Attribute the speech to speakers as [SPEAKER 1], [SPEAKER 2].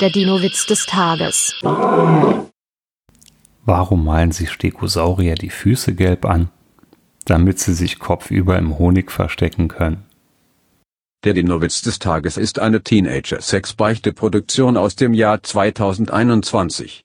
[SPEAKER 1] Der Dino-Witz des Tages.
[SPEAKER 2] Warum malen sich Stegosaurier die Füße gelb an? Damit sie sich kopfüber im Honig verstecken können.
[SPEAKER 3] Der Dinowitz des Tages ist eine Teenager-Sex-Beichte-Produktion aus dem Jahr 2021.